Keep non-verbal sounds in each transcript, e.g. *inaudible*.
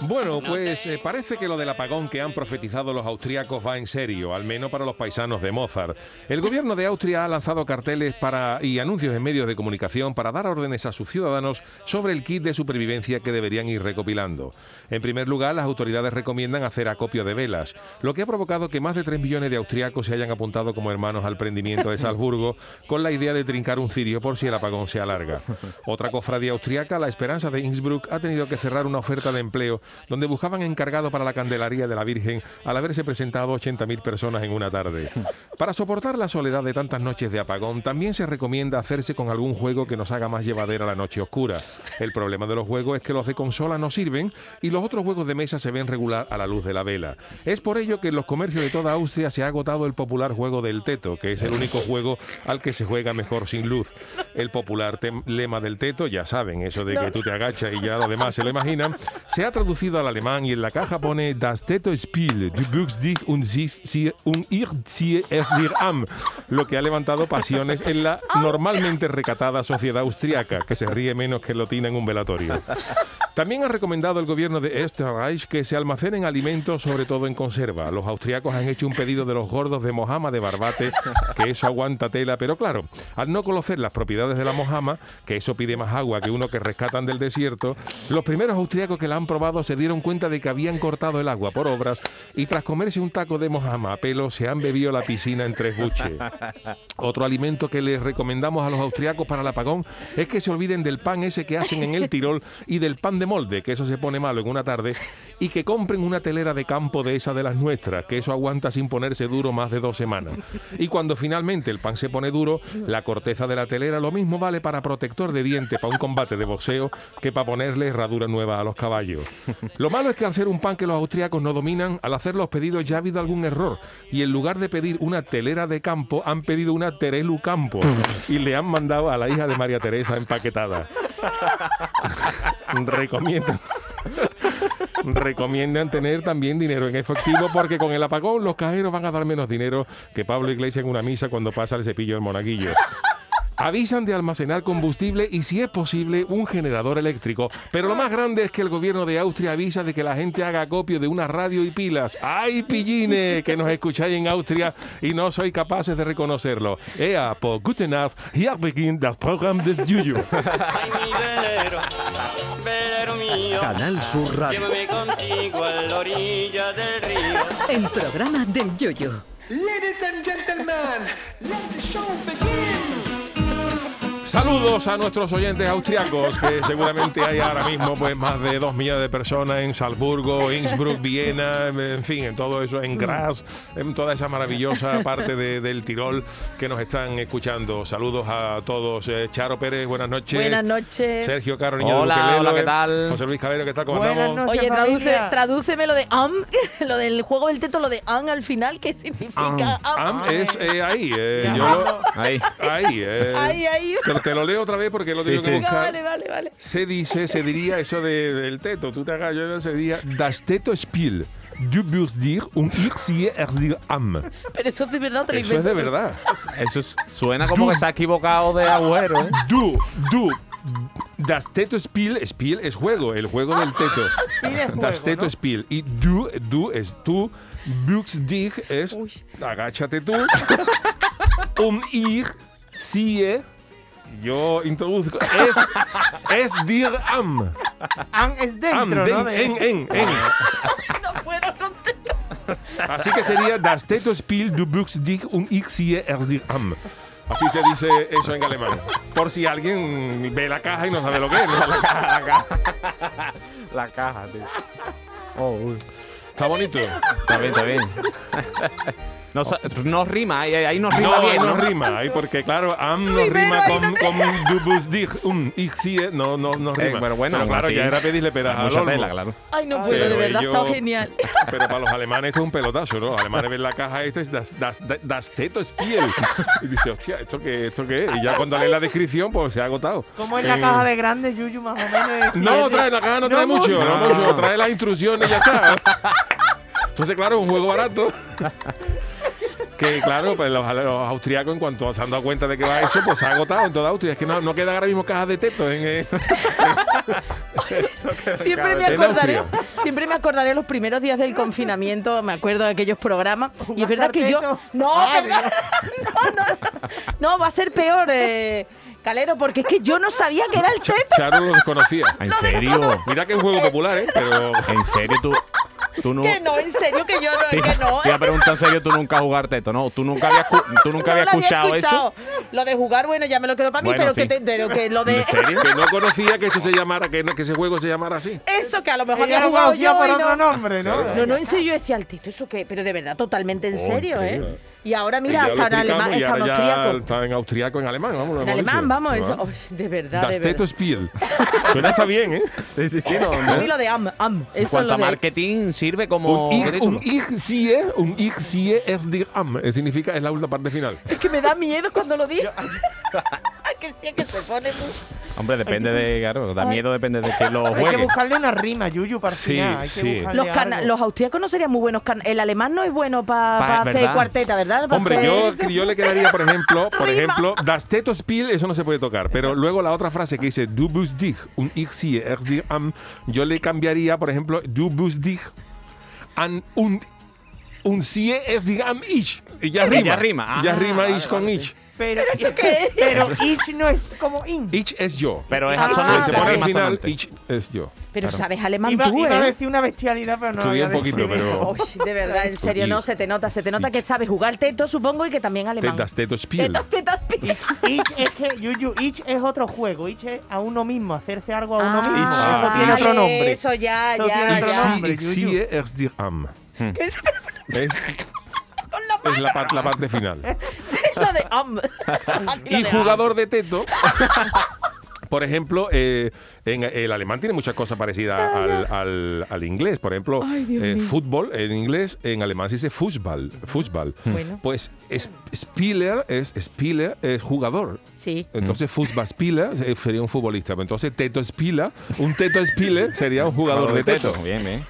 Bueno, pues eh, parece que lo del apagón que han profetizado los austríacos va en serio, al menos para los paisanos de Mozart. El gobierno de Austria ha lanzado carteles para, y anuncios en medios de comunicación para dar órdenes a sus ciudadanos sobre el kit de supervivencia que deberían ir recopilando. En primer lugar, las autoridades recomiendan hacer acopio de velas, lo que ha provocado que más de 3 millones de austríacos se hayan apuntado como hermanos al prendimiento de Salzburgo con la idea de trincar un cirio por si el apagón se alarga. Otra cofradía austríaca, la Esperanza de Innsbruck, ha tenido que cerrar una oferta de empleo donde buscaban encargado para la Candelaría de la Virgen al haberse presentado 80.000 personas en una tarde. Para soportar la soledad de tantas noches de apagón, también se recomienda hacerse con algún juego que nos haga más llevadera la noche oscura. El problema de los juegos es que los de consola no sirven y los otros juegos de mesa se ven regular a la luz de la vela. Es por ello que en los comercios de toda Austria se ha agotado el popular juego del teto, que es el único juego al que se juega mejor sin luz. El popular tem- lema del teto, ya saben, eso de que tú te agachas y ya lo demás se lo imaginan, se ha traducido traducido al alemán y en la caja pone Das Teto Spiel, du buchst dich und siehst sie- und ich ziehe es dir am, lo que ha levantado pasiones en la normalmente recatada sociedad austriaca, que se ríe menos que lotina en un velatorio. También ha recomendado el gobierno de Österreich que se almacenen alimentos, sobre todo en conserva. Los austriacos han hecho un pedido de los gordos de mojama de barbate, que eso aguanta tela, pero claro, al no conocer las propiedades de la mojama, que eso pide más agua que uno que rescatan del desierto, los primeros austriacos que la han probado se dieron cuenta de que habían cortado el agua por obras y tras comerse un taco de mojama a pelo se han bebido la piscina en tres buches. Otro alimento que les recomendamos a los austriacos para el apagón es que se olviden del pan ese que hacen en el Tirol y del pan de molde, que eso se pone malo en una tarde, y que compren una telera de campo de esa de las nuestras, que eso aguanta sin ponerse duro más de dos semanas. Y cuando finalmente el pan se pone duro, la corteza de la telera lo mismo vale para protector de diente para un combate de boxeo que para ponerle herradura nueva a los caballos. Lo malo es que al ser un pan que los austriacos no dominan, al hacer los pedidos ya ha habido algún error y en lugar de pedir una telera de campo han pedido una Terelu Campo y le han mandado a la hija de María Teresa empaquetada. Recomiendan Recomiendan tener también dinero en efectivo porque con el apagón los cajeros van a dar menos dinero que Pablo Iglesias en una misa cuando pasa el cepillo del monaguillo. Avisan de almacenar combustible y, si es posible, un generador eléctrico. Pero lo más grande es que el gobierno de Austria avisa de que la gente haga acopio de una radio y pilas. ¡Ay, pillines! Que nos escucháis en Austria y no sois capaces de reconocerlo. Ea, por guten Abend, hier beginnt das Programm des Juju. Ay, mi velero, velero mío, Canal Sur Radio. llévame contigo a la orilla del río. El programa del Yoyo. Ladies and gentlemen, let the show begin. Saludos a nuestros oyentes austriacos, que seguramente hay ahora mismo pues más de dos millones de personas en Salzburgo, Innsbruck, Viena, en fin, en todo eso, en Graz, en toda esa maravillosa parte de- del Tirol que nos están escuchando. Saludos a todos. Eh, Charo Pérez, buenas noches. Buenas noches. Sergio Caro, niño Hola, de Bukelelo, hola, ¿qué eh, tal? José Luis Cabero, ¿qué tal? ¿Cómo Buenas andamos? noches. Oye, traduce, familia. tradúceme lo de am, *laughs* lo del juego del teto, lo de am al final, ¿qué significa Am am? es eh, ahí. eh, yo, Ahí. ahí. eh. Ay, ay. Te, te lo leo otra vez porque lo tengo sí. que Venga, buscar. Vale, vale, vale. se dice, se diría eso de- del teto. Tú te hagas, yo no se diría das teto spiel. Du wirst dir und ich sehe es dir am. Pero eso es de verdad, te lo Eso es de inventas. verdad. Eso es- suena como que se ha equivocado Ah, de agujero, ¿eh? Du, du. Das Teto Spiel, Spiel es juego, el juego del *laughs* teto. das Teto Spiel. Y du, du es tú. Büchs dich es agáchate tú. *laughs* um ich siehe, yo introduzco, es, es dir am. Am es Am, dentro, den, ¿no? De- en, en, en. No puedo contigo. Así que sería Das Teto Spiel, du buchst dich und ich sehe es dir am. Así se dice eso en alemán. Por si alguien ve la caja y no sabe lo que es. ¿no? La caja. La caja, tío. Oh, uy. Está bonito. Está bien, está bien. No, sa- no rima, ahí, ahí no rima No, bien. no ¿no? rima, ahí porque claro, am no Primero rima hay con, con du bus dich, um, ich sie, no, no, no Eh, rima. pero bueno, aún claro, así, ya era pedirle pedazo al Mucha olmo. tela, claro. Ay, no puedo, de Pero verdad, está ello- genial. *laughs* Pero para los alemanes esto es un pelotazo, ¿no? Los alemanes ven la caja, esto es das, das, das, das teto es piel. Y dice, hostia, ¿esto qué, ¿esto qué es? Y ya cuando lee la descripción, pues se ha agotado. ¿Cómo es la Eh, caja de grande, Yuyu, más o *laughs* menos? No, trae, la caja no No trae mucho. mucho, no No. mucho, trae las instrucciones y ya está. Entonces, claro, es un juego barato. Que claro, pues los, los austriacos en cuanto se han dado cuenta de que va eso, pues se ha agotado en toda Austria. Es que no, no queda ahora mismo cajas de teto en, eh, Siempre me en acordaré, Austria. siempre me acordaré los primeros días del confinamiento, me acuerdo de aquellos programas y es verdad que yo carteto. no, perdón. *laughs* no, no, no. No, va a ser peor, eh, Calero, porque es que yo no sabía que era el teto. Charo lo desconocía. ¿En serio? Mira que es un juego popular, ¿eh? Pero ¿En serio tú? Tú no. Que no, en serio que yo no, Te que iba- no. te iba a preguntar en serio, tú nunca jugaste esto, ¿no? Tú nunca habías, cu- tú nunca No habías lo había escuchado, eso. Lo de jugar, bueno, ya me lo quedo para mí, Bueno, pero, sí. que te- pero que lo de ¿En serio? que no conocía que eso se llamara, que, no- que ese juego se llamara así. eso que a lo mejor Ella había lo jugado conocía yo por y otro no. nombre, ¿no? Claro. No, no, en serio, yo decía el teto, ¿eso qué? Pero de verdad, totalmente en serio, ¿eh? increíble. Y ahora, Y mira, ya lo hasta en alemán, explicamos y hasta en ahora ya austriaco. está en austriaco, en alemán, vamos. lo En hemos alemán, dicho. vamos, eso. Ah. Uy, de verdad, Das de verdad. Teto Spiel. *laughs* Suena está bien, ¿eh? Sí, sí, sí, no, A no. mí lo de am, am. En Eso es cuanto lo a de... marketing, sirve como. Un ich, título. un ich sie, un ich sie es dir am. Eh, Significa, es la última parte final. Es que me da miedo cuando lo digo. *laughs* que sí, es que se pone... muy- Hombre, depende de. Claro, da miedo, depende de que lo Hay que juegue. buscarle una rima, Yuyu, para el Sí, final. Hay sí. que buscarle Los, cana- algo. los austríacos no serían muy buenos. can- El alemán no es bueno para Pa- hacer ¿verdad? cuarteta, ¿verdad? Pa' Hombre, yo, *laughs* hacer- yo le quedaría, por ejemplo, por ejemplo, das Teto Spiel, eso no se puede tocar. Pero luego la otra frase que dice du bist dich, un ich sie es dir am, yo le cambiaría, por ejemplo, du bist dich an un un sie es dir am ich. Y ya Y rima. ya rima. Ya Ah, rima vale, ich con ich. Pero, pero each no es como in. Ich es yo. Pero es Ah, asonante. se pero pone al rima final, asonante. ich es yo. Pero sabes alemán Iba, tú, iba a ¿eh? decir una bestialidad, pero no. Estudié la un voy a poquito, decir. pero- Uy, de verdad, en serio, no, se te nota. Se te nota que sabes jugar teto, supongo, y que también alemán. Das Teto Spiel. Tetos, tetos, pi- Itch es que, Yuyu, Itch es otro juego. Itch es a uno mismo, hacerse algo a *laughs* uno Ah, mismo. Ah. Eso tiene otro vale, nombre. Eso ya, Eso ya, tiene otro ya. nombre. Ich sie es dir am. Que es- Es, Con la es mano. la, par- la parte final. Sí, lo *laughs* de *laughs* am. A mí lo Y de jugador de teto. Por ejemplo, eh, en el alemán tiene muchas cosas parecidas al, al- al inglés. Por ejemplo, eh, fútbol en inglés, en alemán se dice Fußball. Fußball. Bueno. Pues es- Spieler es Spieler es jugador. am. Sí. Entonces, Fußballspieler eh, sería un futbolista. Pero Entonces, Teto Spieler, un Teto Spieler sería un jugador de teto. Bien, bien.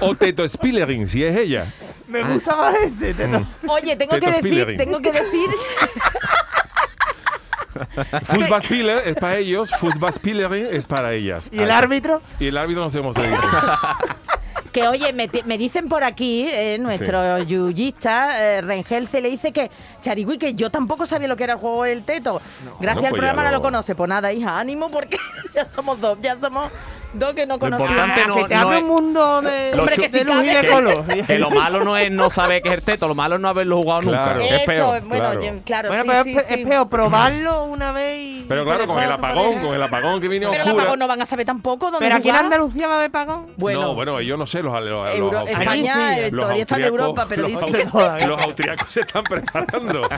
O Teto Spielerin, si es ella. Me gusta más ese. te lo- Oye, tengo que Tetos decir, Pillerin. tengo que decir, Fußballspieler es para ellos, Fußballspielerin es para ellas. ¿Y el árbitro? Y el árbitro no sabemos de dice. Que oye, me, ti- me dicen por aquí, eh, nuestro yuyista, eh, Rengel, se le dice que, Charigui, que yo tampoco sabía lo que era el juego del teto. Gracias Bueno, al pues ya programa ahora lo... lo conoce. Pues nada, hija, ánimo porque *laughs* ya somos dos, ya somos dos que no Lo conocemos. importante Ah, no- que te no abre es- un mundo de, Lo Hombre, chu- que de si luz y *laughs* cabe- de color. Que lo malo no es no saber qué es el teto, lo malo es no haberlo jugado Claro. es nunca. Eso, peor, bueno, claro. yo- claro, Bueno, sí, pero sí, es, pe- sí. es peor probarlo una vez y... Pero claro, con el apagón, con el apagón que viene Pero el oscura. apagón no van a saber tampoco dónde Pero aquí en jugar. Andalucía va a haber pagón. Bueno, no, bueno, yo no sé, los, ale- los, Euro- austriacos- España eh, los todavía está en austriacos- Europa, pero los dicen austri- que *laughs* sí. sí. Los austriacos se están preparando.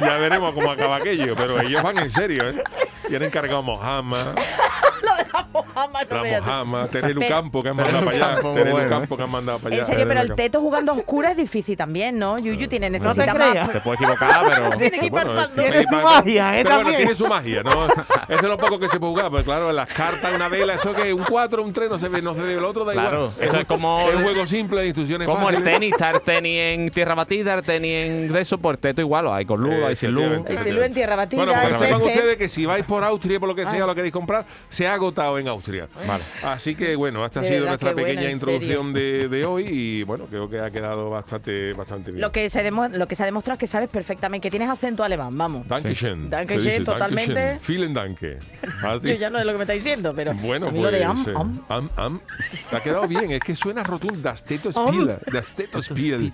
ya veremos cómo acaba aquello, pero ellos van en serio, ¿eh? Tienen cargado Mojama, lo de la Mojama, no la veas tú. Mojama, Terelu Pero- Campo que han mandado para allá, Campo, muy Terelu bueno, ¿eh? Campo que han mandado para allá. En serio, pero el Terelu Campo. teto jugando a oscuras es difícil también, ¿no? Yuyu tiene necesita creas. más. Te puedes equivocar, pero. Tiene que ir Bueno, palpando. eh, Tiene su pa- magia, ¿eh? Pero bueno, También. tiene su magia, ¿no? Es de lo poco que se puede jugar, pero claro, las cartas, una vela, eso que un 4, un 3, no se ve, no se ve el otro, da Claro, igual. eso es como. Es un juego simple de instrucciones Como el fáciles. tenis, está el tenis en tierra batida, el tenis en de eso, por teto igual, hay con luz, hay sin luz. Efectivamente. Ese Luen Tierra Batida, Bueno, porque el sepan Pepe. ustedes que si vais por Austria, por lo que Ah. sea, lo queréis comprar, se ha agotado en Austria. Vale. Así que bueno, esta ha De sido verdad, nuestra qué buena, pequeña en introducción de, de hoy y bueno, creo que ha quedado bastante, bastante bien. Lo que, se demo- lo que se ha demostrado es que sabes perfectamente que tienes acento alemán, vamos. Dankeschön. se Dankeschön, dice, totalmente. Dankeschön. Vielen Danke. Así. *laughs* Yo ya no sé lo que me está diciendo, pero Bueno, a mí pues, lo de am, eh, am. am, am. Ha quedado bien, es que suena rotundo. Das Teto Am. Spiel. Das Teto Spiel.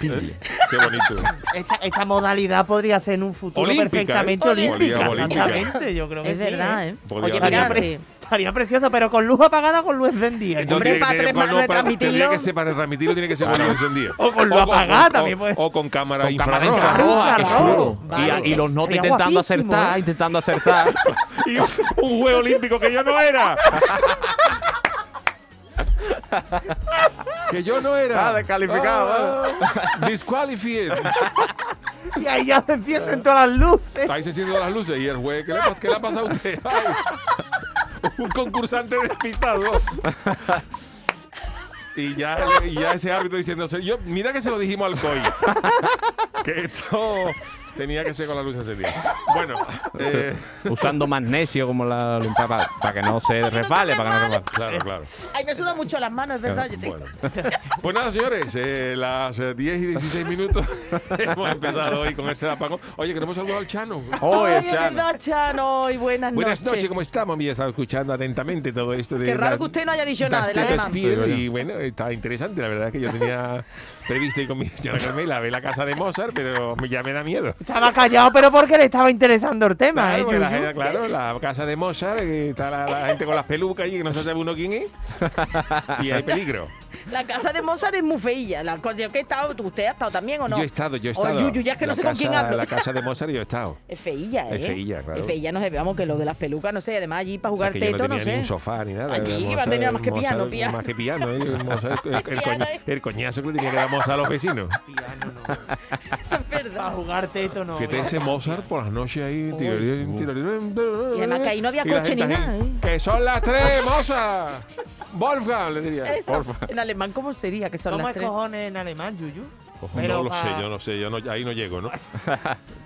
¿Eh? Qué bonito. Esta, esta modalidad podría ser en un futuro Olímpica, ¿eh? perfectamente Olímpica, olímpica. olímpica. Exactamente, yo creo que Es sí, verdad, ¿eh? ¿eh? Podría Oye, haber- mira, Estaría, pre- sí. estaría Estaría precioso, pero con luz apagada o con luz encendida. Entonces, Hombre, tiene que para tener- no, trema- para- retransmitirlo. tendría que ser para retransmitirlo, tiene que ser con luz encendida. O con luz apagada también puede- O con cámara Con cámara infrarroja. infrarroja, que Infrarrojo. chulo. Y- Vale, y, los notas estaría intentando guapísimo, acertar, ¿eh? intentando acertar. Y un- un juego olímpico que yo no era. que yo no era. Ah, descalificado, Ah, disqualified. Y ahí ya se encienden todas las luces. Ahí se encienden las luces y el juez, ¿qué le, pas- qué le ha pasado a usted? Ay, un concursante despistado. Y ya, le- y ya ese árbitro diciendo, yo, mira que se lo dijimos al COI. que esto tenía que ser con la luz encendida. Bueno, eh, Usando magnesio como la limpa para, que no se resbale, para que no se resbale. claro, claro. Ay, me sudan mucho las manos, es verdad. yo te- Bueno. *laughs* Pues nada, señores, eh, las eh, 10 y 16 minutos *laughs* hemos empezado hoy con este apagón. Oye, que no hemos saludado al Chano. Oye, Ay, es verdad, Chano. Y buenas, Buenas noches, ¿cómo estamos? Mira, estaba escuchando atentamente todo esto de. Qué raro la- que usted no haya dicho nada del Tasteco alemán. Spiel, Y bueno, está interesante, la verdad es que yo tenía previsto ir con mi señora Carmela a ver la casa de Mozart, pero ya me da miedo. Estaba callado, pero porque le estaba interesando el tema, Claro, ¿eh, porque la, Yuyu? gente- claro, la casa de Mozart, que está la, la gente con las pelucas y que no se sabe uno quién es. Y hay peligro. La casa de Mozart es muy feilla. La cosa que he estado, ¿usted ha estado también o no? Yo he estado, yo he Oh, estado. Yuyu, ya es que no La sé con quién casa- hablo. La casa de Mozart yo he estado. *laughs* Es feilla, ¿eh? Es feilla, claro. Es feilla, no sé, vamos, que lo de las pelucas, no sé, además allí para jugar Porque yo teto, no no, tenía ni sé. un sofá ni nada. Allí Era iba a tener más que Mozart- piano, piano. Más que piano. ¿eh? *laughs* El, Mozart- el- el Piano, coña- ¿eh? el coñazo que le tenía que dar Mozart a los *laughs* vecinos. Eso es Para verdad. jugar teto, no. Fíjate ese Mozart por las noches ahí. tirolín, tirolín, Y además que ahí no había y la coche gente ni ahí, nada, ¿eh? Que son las *laughs* tres, Mozart. Wolfgang, le diría. Eso, en alemán, ¿cómo sería? Que son ¿Cómo las es tres. cojones en alemán, Yuyu? no lo pa- sé, yo no sé, yo no- ahí no llego, *laughs* ¿no?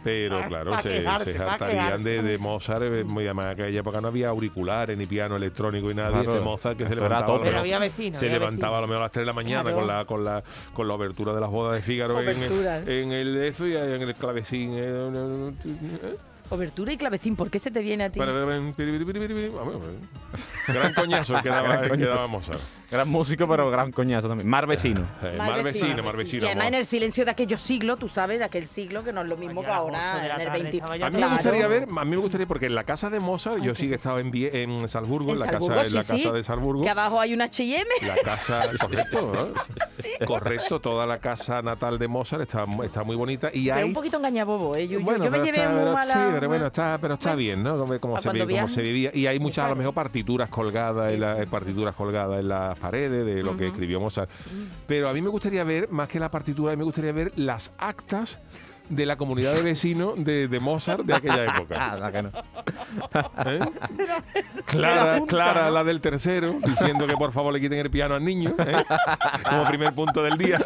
Pero Pa- claro, pa se, quejarte, se pa jactarían quejarte. de, de Mozart, eh, muy además en aquella época no había auriculares, ni piano electrónico, y nada. Claro. Y este Mozart que se Eso era levantaba, todo, a lo Pero Pero- había vecinos. se había levantaba a lo mejor a las 3 de la mañana Claro. con la con la con la obertura de las bodas de Fígaro en el, Obertura, ¿eh? en el eso y en el clavecín eh, eh, eh, Obertura y clavecín, ¿por qué se te viene a ti? para ver- ver- piri, piri, piri, piri. Ah, bueno, bueno. gran coñazo que daba, *laughs* Gran que daba coñazo. Mozart. Gran músico, pero gran coñazo también. Mar vecino. Eh, Mal mar vecino, vecino. mar Y vecino. además en amor. el silencio de aquellos siglos, tú sabes, de aquel siglo que no es lo mismo que Mañana, ocho ahora, de la en el tarde, 20. estaba ya A mí me Claro. gustaría ver, a mí me gustaría porque en la casa de Mozart, yo sí que he estado en, Vie- en Salzburgo, En en la Salzburgo, casa, en sí, la sí. casa de Salzburgo. Que abajo hay una H&M. La *laughs* casa, correcto, ¿no? correcto, toda la casa natal de Mozart está, mu- está muy bonita y Pero hay un poquito engañabobo, ¿eh? Yo, yo- yo me pero llevé está- muy pero- mala... Sí, pero bueno, está, pero está bien, ¿no? Como, como Pa' se, cuando vi- como se viajes. vivía. Y hay muchas, a lo mejor, partituras colgadas, en la- Eso. eh, partituras colgadas en las paredes de lo que escribió Mozart. Mm. Pero a mí me gustaría ver, más que la partitura, a mí me gustaría ver las actas de la comunidad de vecinos de, de Mozart de aquella *laughs* época. Ah, la que no. ¿eh? Clara, Clara, la del tercero, diciendo que por favor le quiten el piano al niño, ¿eh? como primer punto del día.